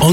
en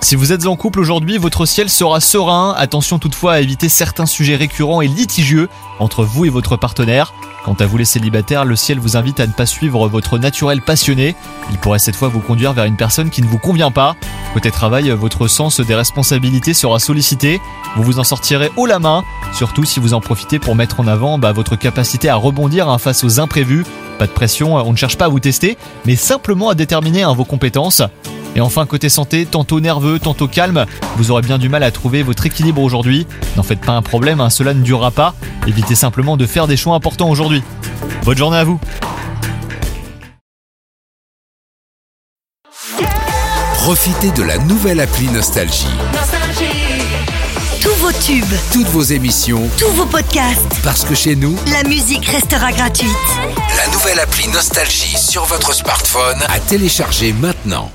Si vous êtes en couple aujourd'hui, votre ciel sera serein. Attention toutefois à éviter certains sujets récurrents et litigieux entre vous et votre partenaire. Quant à vous les célibataires, le ciel vous invite à ne pas suivre votre naturel passionné. Il pourrait cette fois vous conduire vers une personne qui ne vous convient pas. Côté travail, votre sens des responsabilités sera sollicité. Vous vous en sortirez haut la main, surtout si vous en profitez pour mettre en avant bah, votre capacité à rebondir hein, face aux imprévus. Pas de pression, on ne cherche pas à vous tester, mais simplement à déterminer hein, vos compétences. Et enfin, côté santé, tantôt nerveux, tantôt calme, vous aurez bien du mal à trouver votre équilibre aujourd'hui. N'en faites pas un problème, hein, cela ne durera pas. Évitez simplement de faire des choix importants aujourd'hui. Bonne journée à vous Profitez de la nouvelle appli Nostalgie. Tous vos tubes, Toutes vos émissions, tous vos podcasts, parce que chez nous, la musique restera gratuite. la nouvelle appli Nostalgie sur votre smartphone à télécharger maintenant.